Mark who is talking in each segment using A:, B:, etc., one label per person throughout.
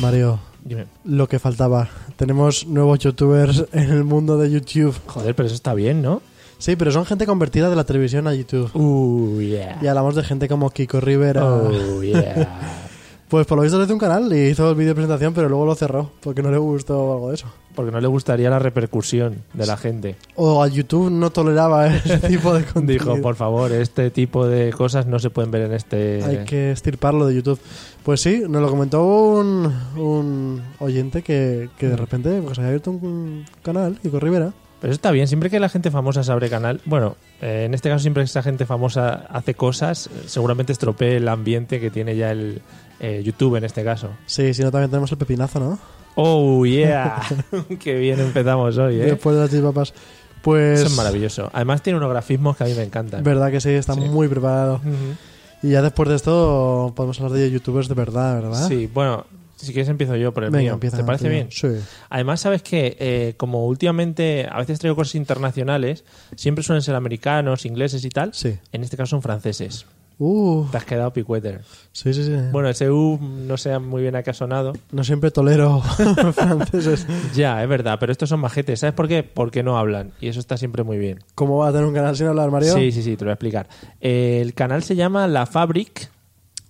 A: Mario,
B: Dime.
A: lo que faltaba. Tenemos nuevos youtubers en el mundo de YouTube.
B: Joder, pero eso está bien, ¿no?
A: Sí, pero son gente convertida de la televisión a YouTube.
B: Uh, yeah.
A: Y hablamos de gente como Kiko Rivera.
B: Oh, yeah.
A: Pues por lo visto le hizo un canal y hizo el vídeo de presentación, pero luego lo cerró porque no le gustó o algo de eso.
B: Porque no le gustaría la repercusión de la gente.
A: O a YouTube no toleraba ese tipo de contenido.
B: Dijo, por favor, este tipo de cosas no se pueden ver en este...
A: Hay que estirparlo de YouTube. Pues sí, nos lo comentó un, un oyente que, que de repente pues, había abierto un canal, Kiko Rivera.
B: Pero eso está bien, siempre que la gente famosa se abre canal, bueno, eh, en este caso siempre que esa gente famosa hace cosas, eh, seguramente estropee el ambiente que tiene ya el eh, YouTube en este caso.
A: Sí, si no, también tenemos el pepinazo, ¿no?
B: Oh, yeah. Qué bien empezamos hoy, ¿eh?
A: Después de las chipapas. Pues.
B: Eso es maravilloso. Además tiene unos grafismos que a mí me encantan.
A: Verdad que sí, está
B: Sí.
A: muy preparado.
B: Ujú.
A: Y ya después de esto podemos hablar de youtubers de verdad, ¿verdad?
B: Sí, bueno, si quieres empiezo yo por el
A: Venga,
B: mío.
A: empieza.
B: ¿Te parece
A: tú.
B: bien?
A: Sí.
B: Además, sabes que eh, como últimamente a veces traigo cosas internacionales, siempre suelen ser americanos, ingleses y tal.
A: Sí.
B: En este caso son franceses.
A: Uh,
B: Te has quedado picueter.
A: sí, sí, sí.
B: Bueno, ese U no sé muy bien a qué ha sonado.
A: No siempre tolero franceses.
B: Ya, es verdad, pero estos son majetes. ¿Sabes por qué? Porque no hablan. Y eso está siempre muy bien.
A: ¿Cómo va a tener un canal sin hablar, Mario?
B: Sí, sí, sí, te lo voy a explicar. El canal se llama La Fabric.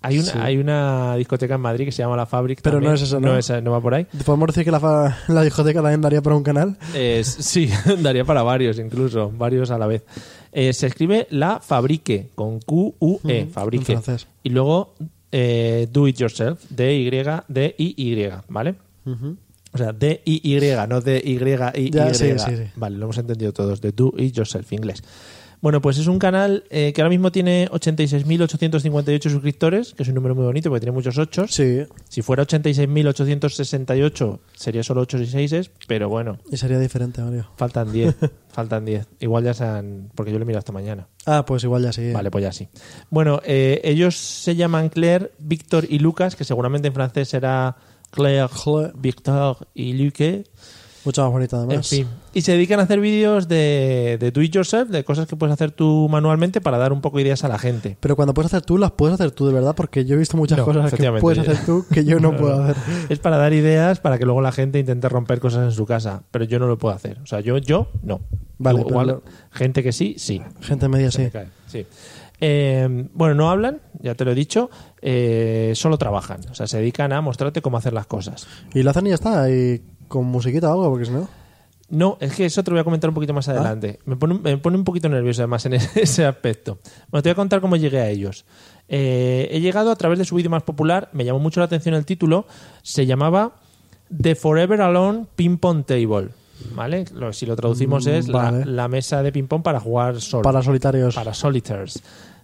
B: Hay una,
A: Sí.
B: hay una discoteca en Madrid que se llama La Fabric.
A: Pero
B: también.
A: no es eso, ¿no?
B: no va por ahí.
A: ¿Podemos decir que la, fa- la discoteca también daría para un canal?
B: Eh, sí, daría para varios incluso, varios a la vez. Eh, se escribe la fabrique, con Q-U-E,
A: Ujú,
B: fabrique.
A: en francés.
B: Y luego eh, do it yourself, D-Y-D-I-Y, ¿vale? O sea, D-I-Y, no D-Y-I-Y.
A: Ya, sí, sí, sí.
B: Vale, lo hemos entendido todos, de do it yourself, inglés. Bueno, pues es un canal eh, que ahora mismo tiene 86.858 suscriptores, que es un número muy bonito porque tiene muchos ochos.
A: Sí.
B: Si fuera 86.868, sería solo 8 y 6, pero bueno.
A: Y sería diferente, Mario.
B: Faltan 10. faltan 10. Igual ya se han. Porque yo lo miro hasta mañana.
A: Ah, pues igual ya sí.
B: Vale, pues ya sí. Bueno, eh, ellos se llaman Claire, Víctor y Lucas, que seguramente en francés será Claire,
A: Joder,
B: Victor y Luque.
A: Mucho más bonito,
B: En
A: además.
B: fin. Y se dedican a hacer vídeos de, de do it yourself, de cosas que puedes hacer tú manualmente para dar un poco ideas a la gente.
A: Pero cuando puedes hacer tú, las puedes hacer tú de verdad, porque yo he visto muchas
B: No,
A: cosas que
B: efectivamente.
A: puedes hacer tú que yo no puedo hacer.
B: Es para dar ideas para que luego la gente intente romper cosas en su casa. Pero yo no lo puedo hacer. O sea, yo, yo no.
A: Vale,
B: Igual,
A: pero-
B: gente que sí, sí.
A: Gente media
B: Se
A: sí.
B: me cae, sí. Eh, bueno, no hablan, ya te lo he dicho, eh, solo trabajan, o sea, se dedican a mostrarte cómo hacer las cosas.
A: Y lo hacen y ya está, y con musiquita o algo, porque si no.
B: No, es que eso te lo voy a comentar un poquito
A: Ah.
B: más adelante. Me, pone, me pone un poquito nervioso además en ese ese aspecto. Bueno, te voy a contar cómo llegué a ellos. Eh, he llegado a través de su vídeo más popular, me llamó mucho la atención el título, se llamaba The Forever Alone Ping Pong Table. ¿Vale? Lo- si lo traducimos es la-
A: Mm, vale.
B: la, mesa de ping pong para jugar solo.
A: Para solitarios.
B: para Solitaires.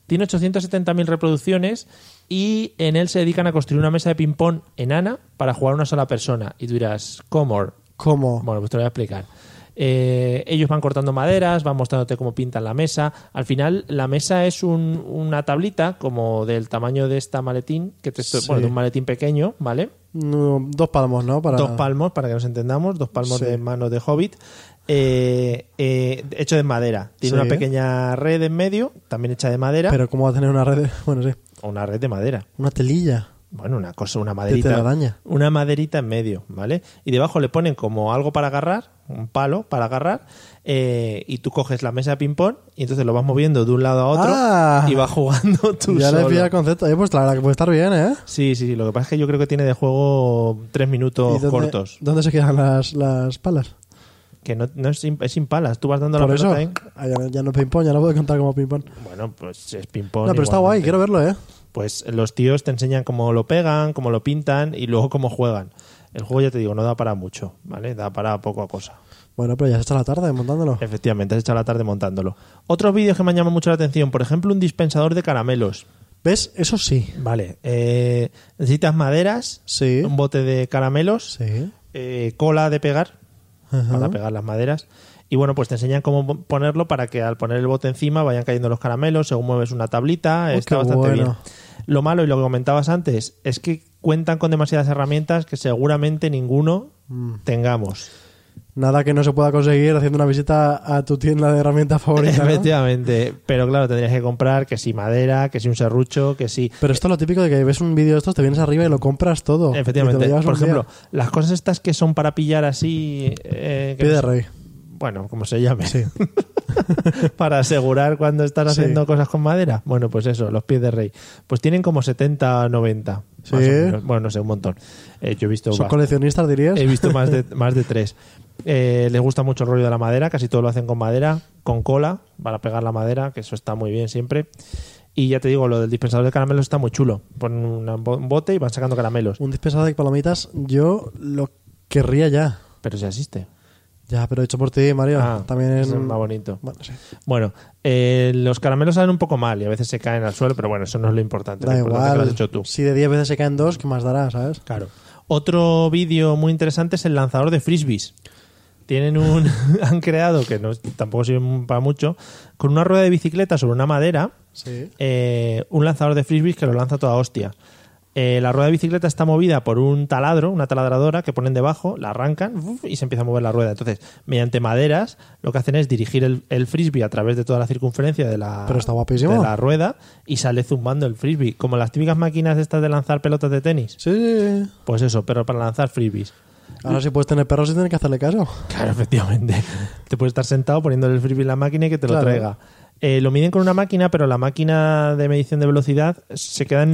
B: Tiene 870.000 reproducciones y en él se dedican a construir una mesa de ping-pong enana para jugar una sola persona. Y tú dirás, ¿cómo?
A: ¿Cómo?
B: Bueno, pues te lo voy a explicar. Eh, ellos van cortando maderas, van mostrándote cómo pintan la mesa. Al final, la mesa es un- una tablita como del tamaño de esta maletín, que te estoy-
A: Sí.
B: bueno, de un maletín pequeño, ¿vale?
A: No, dos palmos, ¿no? Para...
B: Dos palmos, para que nos entendamos, dos palmos
A: Sí.
B: de mano de hobbit. eh, eh, hecho de madera. Tiene
A: Sí.
B: una pequeña red en medio, también hecha de madera,
A: Pero ¿cómo va a tener una red? de- Bueno, sí.
B: o una red de madera.
A: Una telilla.
B: Bueno, una cosa, una maderita.
A: telaraña.
B: Una maderita en medio, ¿vale? Y debajo le ponen como algo para agarrar, un palo para agarrar, eh, y tú coges la mesa de ping-pong y entonces lo vas moviendo de un lado a otro
A: Ah.
B: y vas jugando tú
A: ya le
B: solo.
A: pilla el concepto. Oye, pues la verdad que puede estar bien, ¿eh?
B: Sí, sí, lo que pasa es que yo creo que tiene de juego tres
A: ¿Y
B: minutos
A: dónde-
B: cortos.
A: ¿Dónde se quedan las, las palas?
B: Que no, no es, sin, es sin palas, tú vas dando
A: Por
B: la
A: eso.
B: pelota en-
A: Ah, ya, ya no es ping-pong, ya no puedo contar como ping-pong.
B: Bueno, pues es ping-pong.
A: No, pero está guay,
B: igualmente.
A: quiero verlo, ¿eh?
B: Pues los tíos te enseñan cómo lo pegan, cómo lo pintan y luego cómo juegan. El juego, ya te digo, no da para mucho, ¿vale? Da para poco a cosa.
A: Bueno, pero ya se está la tarde montándolo.
B: Efectivamente, has echado la tarde montándolo. Otros vídeos que me han llamado mucho la atención, por ejemplo, un dispensador de caramelos.
A: ¿Ves? Eso sí.
B: Vale, eh, necesitas maderas,
A: Sí.
B: un bote de caramelos,
A: Sí.
B: eh, cola de pegar,
A: Ajá.
B: para pegar las maderas. Y bueno, pues te enseñan cómo ponerlo para que al poner el bote encima vayan cayendo los caramelos según mueves una tablita.
A: Oh,
B: está
A: qué
B: bastante
A: bueno.
B: bien. Lo malo y lo que comentabas antes es que cuentan con demasiadas herramientas que seguramente ninguno
A: Mm.
B: tengamos.
A: Nada que no se pueda conseguir haciendo una visita a tu tienda de herramientas favorita. ¿no?
B: Efectivamente. Pero claro, tendrías que comprar que si madera, que si un serrucho, que si.
A: Pero esto es lo típico de que ves un vídeo de estos, te vienes arriba y lo compras todo. Oh, Y te
B: Efectivamente.
A: lo llevas
B: Por
A: un
B: ejemplo,
A: día.
B: las cosas estas que son para pillar así. eh, que
A: Pie de
B: no sé-
A: rey.
B: bueno, como se llame, para asegurar cuando estás
A: Sí.
B: haciendo cosas con madera. Bueno, pues eso, los pies de rey. Pues tienen como 70 o 90.
A: Sí.
B: más o menos. Bueno, no sé, un montón. Eh, yo he visto,
A: ¿Son
B: bast-
A: coleccionistas, dirías?
B: he visto más, de, más de tres. Eh, les gusta mucho el rollo de la madera, casi todo lo hacen con madera, con cola, para pegar la madera, que eso está muy bien siempre. Y ya te digo, lo del dispensador de caramelos está muy chulo. Ponen una- un bote y van sacando caramelos.
A: Un dispensador de palomitas, yo lo querría ya.
B: Pero si asiste.
A: Ya, pero hecho por ti, Mario.
B: Ah,
A: También es.
B: es más bonito.
A: Bueno, sí.
B: Bueno, eh, los caramelos salen un poco mal y a veces se caen al suelo, pero bueno, eso no es lo importante.
A: Da
B: lo importante es que
A: igual.
B: lo has hecho tú.
A: Si de 10 veces se caen dos, ¿qué más dará, sabes?
B: Claro. Otro vídeo muy interesante es el lanzador de frisbees. Tienen un. han creado, que no, tampoco sirve para mucho, con una rueda de bicicleta sobre una madera,
A: Sí.
B: eh, un lanzador de frisbees que lo lanza toda hostia. Eh, la rueda de bicicleta está movida por un taladro, una taladradora que ponen debajo, la arrancan ¡uf! y se empieza a mover la rueda. Entonces, mediante maderas, lo que hacen es dirigir el, el frisbee a través de toda la circunferencia de la,
A: Pero está guapísimo.
B: Ah, de la rueda y sale zumbando el frisbee. Como las típicas máquinas estas de lanzar pelotas de tenis.
A: Sí, sí, sí.
B: Pues eso, pero para lanzar freebies.
A: Ahora si puedes tener perros y tienes que hacerle caso.
B: Claro, efectivamente. Te puedes estar sentado poniéndole el freebie en la máquina y que te
A: Claro.
B: lo traiga. Eh, lo miden con una máquina, pero la máquina de medición de velocidad se queda en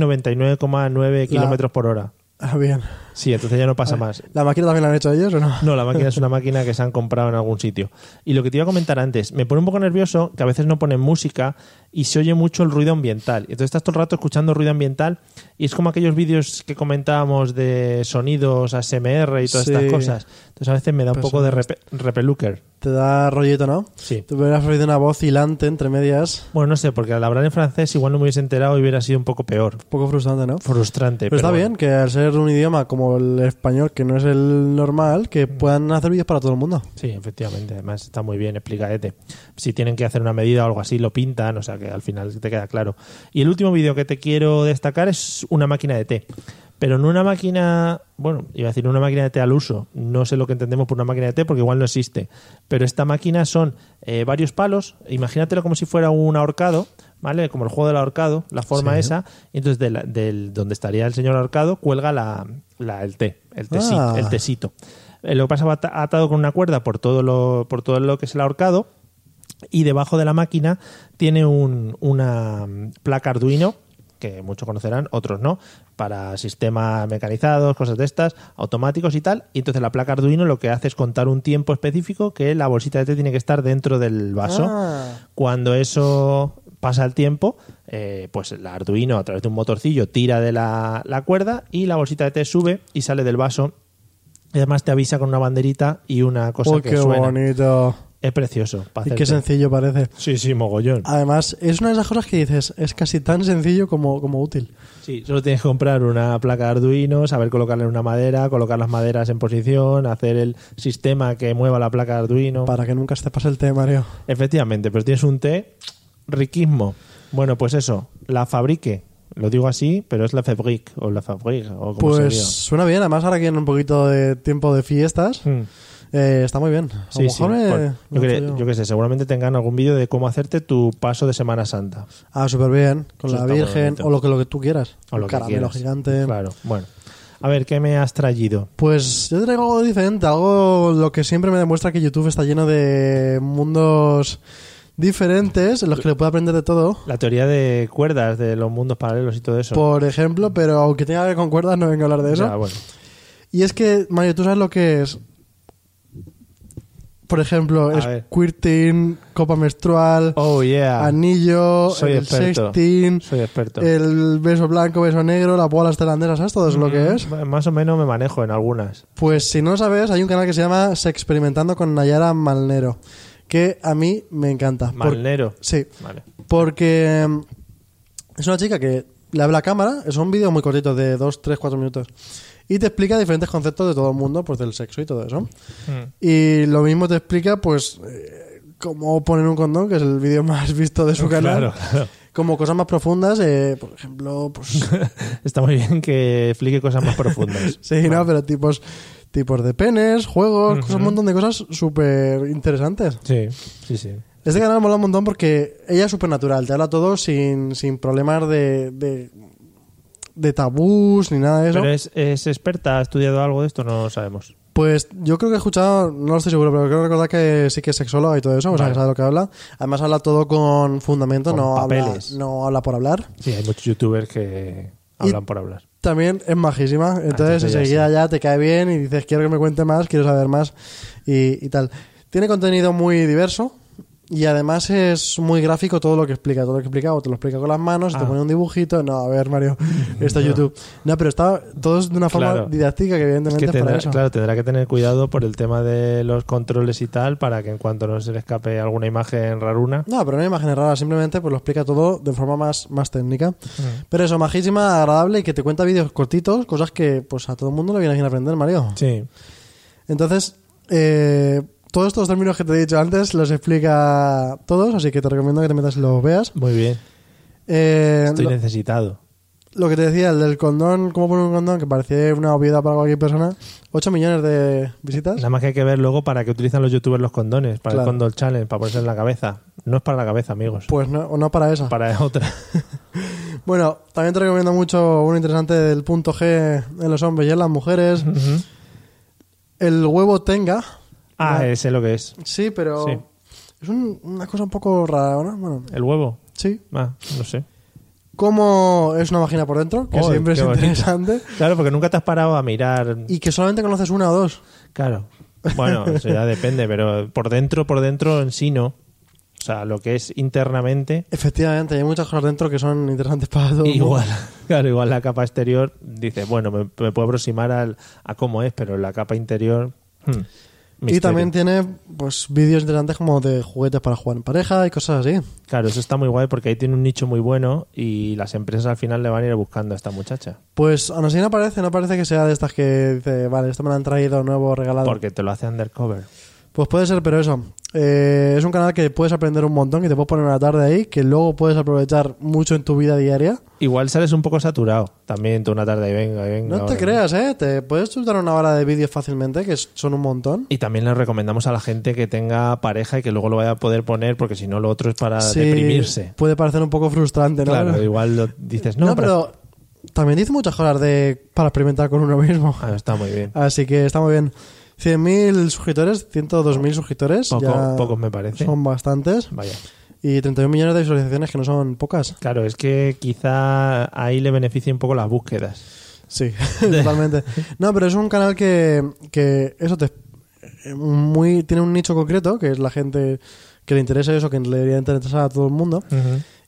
B: 99,9 kilómetros por hora.
A: Ah, bien.
B: Sí, entonces ya no pasa más.
A: ¿La máquina también la han hecho ellos o no?
B: No, la máquina es una máquina que se han comprado en algún sitio. Y lo que te iba a comentar antes, me pone un poco nervioso que a veces no ponen música y se oye mucho el ruido ambiental. Y Entonces estás todo el rato escuchando ruido ambiental y es como aquellos vídeos que comentábamos de sonidos, ASMR y todas
A: Sí.
B: estas cosas. Entonces a veces me da un
A: Pues
B: poco de repe- repeluker.
A: Te da rollito, ¿no?
B: Sí.
A: Te hubieras oído una voz hilante entre medias.
B: Bueno, no sé, porque al hablar en francés igual no me hubiese enterado y hubiera sido un poco peor.
A: Un poco frustrante, ¿no?
B: Frustrante.
A: Pero Pues está
B: bueno.
A: bien que al ser un idioma como el español, que no es el normal, que
B: Mm.
A: puedan hacer vídeos para todo el mundo.
B: Sí, efectivamente. Además está muy bien, explicadete. Si tienen que hacer una medida o algo así, lo pintan, o sea que al final te queda claro. Y el último vídeo que te quiero destacar es una máquina de té. Pero no una máquina, bueno, iba a decir una máquina de té al uso. No sé lo que entendemos por una máquina de té porque igual no existe. Pero esta máquina son eh, varios palos. Imagínatelo como si fuera un ahorcado, ¿vale? Como el juego del ahorcado, la forma
A: Sí.
B: esa. Y entonces de la- del, donde estaría el señor ahorcado cuelga la, la- el té, el tesi-
A: Ah.
B: el tesito. Eh, Lo que pasa va ata- atado con una cuerda por todo lo, por todo lo que es el ahorcado y debajo de la máquina tiene un- una mm, placa Arduino que muchos conocerán, otros no, para sistemas mecanizados, cosas de estas, automáticos y tal. Y entonces la placa Arduino lo que hace es contar un tiempo específico que la bolsita de té tiene que estar dentro del vaso.
A: Ah.
B: Cuando eso pasa el tiempo, eh, pues el Arduino a través de un motorcillo tira de la, la cuerda y la bolsita de té sube y sale del vaso. Y además te avisa con una banderita y una cosa
A: Uy,
B: que
A: qué
B: suena.
A: bonito.
B: Es precioso.
A: Y
B: pa' hacer té.
A: qué sencillo Ah. parece.
B: Sí, sí, mogollón.
A: Además, es una de esas cosas que dices, es casi tan sencillo como, como útil.
B: Sí, solo tienes que comprar una placa de Arduino, saber colocarle una madera, colocar las maderas en posición, hacer el sistema que mueva la placa de Arduino.
A: Para que nunca se te pase el té, Mario.
B: Efectivamente, pero tienes un té riquismo. Bueno, pues eso, la fabrique. Lo digo así, pero es la fabrique o la fabrique o como
A: Pues suena bien, además ahora que en un poquito de tiempo de fiestas,
B: se diga. Mm.
A: Eh, está muy bien. A
B: Sí,
A: lo
B: sí.
A: mejor me-
B: Bueno,
A: me
B: yo,
A: lo
B: que,
A: echo yo.
B: yo que sé, seguramente tengan algún vídeo de cómo hacerte tu paso de Semana Santa.
A: Ah, súper bien. Con
B: Eso
A: la
B: está muy
A: Virgen
B: bonito.
A: o lo que, lo que tú quieras.
B: O lo
A: Un
B: que
A: caramelo
B: quieras.
A: gigante.
B: Claro, bueno. A ver, ¿qué me has traído?
A: Pues yo traigo algo diferente, algo lo que siempre me demuestra que YouTube está lleno de mundos diferentes en los que le puede aprender de todo.
B: La teoría de cuerdas, de los mundos paralelos y todo eso.
A: Por ejemplo, pero aunque tenga que ver con cuerdas, Pues, no vengo a hablar de eso.
B: Ya, bueno.
A: Y es que, Mario, ¿tú sabes lo que es? Por ejemplo,
B: A
A: es
B: ver.
A: quirting, copa menstrual,
B: Oh, yeah.
A: anillo,
B: Soy
A: el
B: experto.
A: sexting,
B: Soy experto.
A: el beso blanco, beso negro, las bolas tailandesas, ¿sabes todo eso
B: Mm.
A: lo que es?
B: M- Más o menos me manejo en algunas.
A: Pues si no lo sabes, hay un canal que se llama Se Experimentando con Nayara Malnero, que a mí me encanta. Por-
B: Malnero.
A: Sí,
B: Vale.
A: porque mm, es una chica que le habla a cámara, son vídeos muy cortitos de 2, 3, 4 minutos, y te explica diferentes conceptos de todo el mundo, pues del sexo y todo eso.
B: Mm.
A: Y lo mismo te explica, pues, eh, cómo poner un condón, que es el vídeo más visto de su canal.
B: Claro, claro.
A: Como cosas más profundas, eh, por ejemplo, pues
B: Está muy bien que explique cosas más profundas.
A: Sí, no, pero tipos, tipos de penes, juegos, cosas- un montón de cosas súper interesantes.
B: Sí, sí, sí.
A: Este canal mola un montón porque ella es súper natural, te habla todo sin, sin problemas de, de, de tabús ni nada de eso.
B: ¿Pero es, es experta? ¿Ha estudiado algo de esto? No lo sabemos.
A: Pues yo creo que he escuchado, no lo estoy seguro, pero creo recordar que sí que es sexóloga y todo eso, o sea,
B: Vale.
A: que sabe lo que habla. Además habla todo con fundamento,
B: Con
A: no, habla,
B: papeles.
A: no habla por hablar.
B: Sí, hay muchos youtubers que hablan por hablar.
A: También es majísima, entonces
B: entonces Ah, ya
A: enseguida ya te cae bien y dices, quiero que me cuente más, quiero saber más y, y tal. Tiene contenido muy diverso y además es muy gráfico todo lo que explica, todo lo que explica, o te lo explica con las manos, te
B: Ah.
A: pone un dibujito, no, a ver Mario, esto es YouTube. No, pero está todo es de una forma
B: Claro.
A: didáctica que
B: Es
A: evidentemente
B: que
A: es, para
B: tendrá,
A: eso.
B: claro, tendrá que tener cuidado por el tema de los controles y tal, para que en cuanto no se le escape alguna imagen raruna.
A: No, pero no hay imágenes raras, simplemente pues lo explica todo de forma más, más técnica.
B: Mm.
A: Pero eso, majísima, agradable y que te cuenta vídeos cortitos, cosas que pues a todo el mundo le viene bien aprender, Mario.
B: Sí.
A: Entonces, eh, todos estos términos que te he dicho antes los explica todos, así que te recomiendo que te metas y los veas.
B: Muy bien.
A: Eh,
B: Estoy
A: lo,
B: necesitado.
A: lo que te decía, el del condón, cómo poner un condón, que parecía una obviedad para cualquier persona, 8 millones de visitas.
B: Nada más que hay que ver luego para qué utilizan los youtubers los condones, para
A: Claro.
B: el condol challenge, para ponerse en la cabeza. No es para la cabeza, amigos.
A: Pues no, o no para esa.
B: Para otra.
A: Bueno, también te recomiendo mucho uno interesante del punto G en los hombres y en las mujeres. El huevo tenga.
B: Ah,
A: Ah.
B: ese es lo que es.
A: Sí, pero
B: Sí.
A: es un- una cosa un poco rara, ¿no? Bueno,
B: El huevo.
A: sí.
B: Ah, no sé.
A: Cómo es una vagina por dentro, que
B: Oh,
A: siempre es
B: qué bonito.
A: interesante.
B: Claro, porque nunca te has parado a mirar.
A: Y que solamente conoces una o dos.
B: Claro. Bueno, eso ya depende, pero por dentro, por dentro en sí no. O sea, lo que es internamente.
A: Efectivamente, hay muchas cosas dentro que son interesantes para todo. el mundo.
B: Igual, claro, igual la capa exterior dice, bueno, me, me puedo aproximar al, a cómo es, pero la capa interior. hmm,
A: Y
B: misterio.
A: también tiene pues vídeos interesantes como de juguetes para jugar en pareja y cosas así.
B: Claro, eso está muy guay porque ahí tiene un nicho muy bueno y las empresas al final le van a ir buscando a esta muchacha.
A: Pues aún así no parece, no parece que sea de estas que dice, vale, esto me lo han traído nuevo, regalado.
B: Porque te lo hace undercover.
A: Pues puede ser, pero eso. eh, es un canal que puedes aprender un montón, que te puedes poner una tarde ahí, que luego puedes aprovechar mucho en tu vida diaria.
B: Igual sales un poco saturado también tú una tarde y venga, y venga.
A: No te
B: ahora.
A: creas, ¿eh? Te puedes chutar una hora de vídeos fácilmente, que son un montón.
B: Y también le recomendamos a la gente que tenga pareja y que luego lo vaya a poder poner porque si no lo otro es para
A: Sí,
B: deprimirse.
A: Puede parecer un poco frustrante, ¿no?
B: Claro, igual lo dices, no,
A: No, pero también dice muchas cosas de, para experimentar con uno mismo.
B: Ah, está muy bien.
A: Así que está muy bien. 100.000 suscriptores, 102.000 suscriptores.
B: Poco-
A: pues ya
B: pocos me parece.
A: Son bastantes.
B: Vaya.
A: Y 31 millones de visualizaciones, que no son pocas.
B: Claro, es que quizá ahí le beneficie un poco las búsquedas.
A: Sí, totalmente. No, pero es un canal que, que eso te muy tiene un nicho concreto, que es la gente que le interesa eso, que le debería interesar a todo el mundo.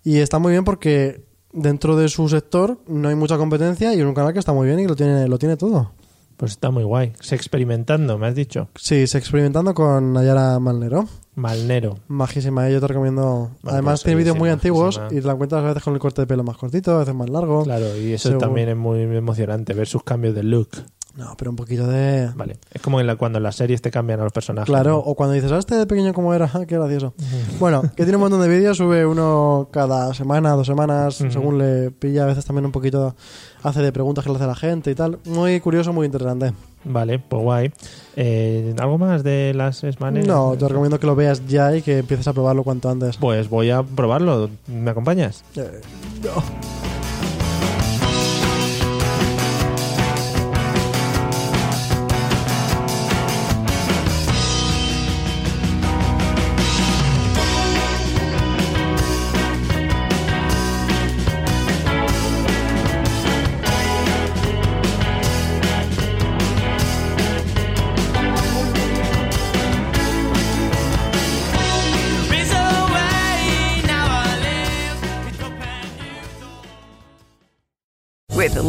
A: Y está muy bien porque dentro de su sector no hay mucha competencia y es un canal que está muy bien y que lo tiene, lo tiene todo.
B: Pues está muy guay. Se experimentando, me has dicho.
A: Sí, se experimentando con Nayara Malnero.
B: Malnero.
A: Majísima, eh, yo te recomiendo.
B: Vale,
A: Además,
B: pues,
A: tiene
B: oye,
A: vídeos
B: sí,
A: muy antiguos
B: majísima.
A: y te la encuentras a veces con el corte de pelo más cortito, a veces más largo.
B: Claro, y eso
A: Oh, Seguro.
B: también es muy emocionante, ver sus cambios de look.
A: No, pero un poquito de.
B: Vale. Es como en la- cuando en las series te cambian a los personajes.
A: Claro,
B: ¿no?
A: o cuando dices, ah, este de pequeño cómo era, Ah, qué gracioso. Bueno, que tiene un montón de vídeos, sube uno cada semana, dos semanas, según le pilla, a veces también un poquito hace de preguntas que le hace la gente y tal. Muy curioso, muy interesante.
B: Vale, pues guay. Eh, ¿Algo más de las Smanes?
A: No, te recomiendo que lo veas ya y que empieces a probarlo cuanto antes.
B: Pues voy a probarlo. ¿Me acompañas?
A: Eh,
C: Rise away, now I live with companions.
D: With the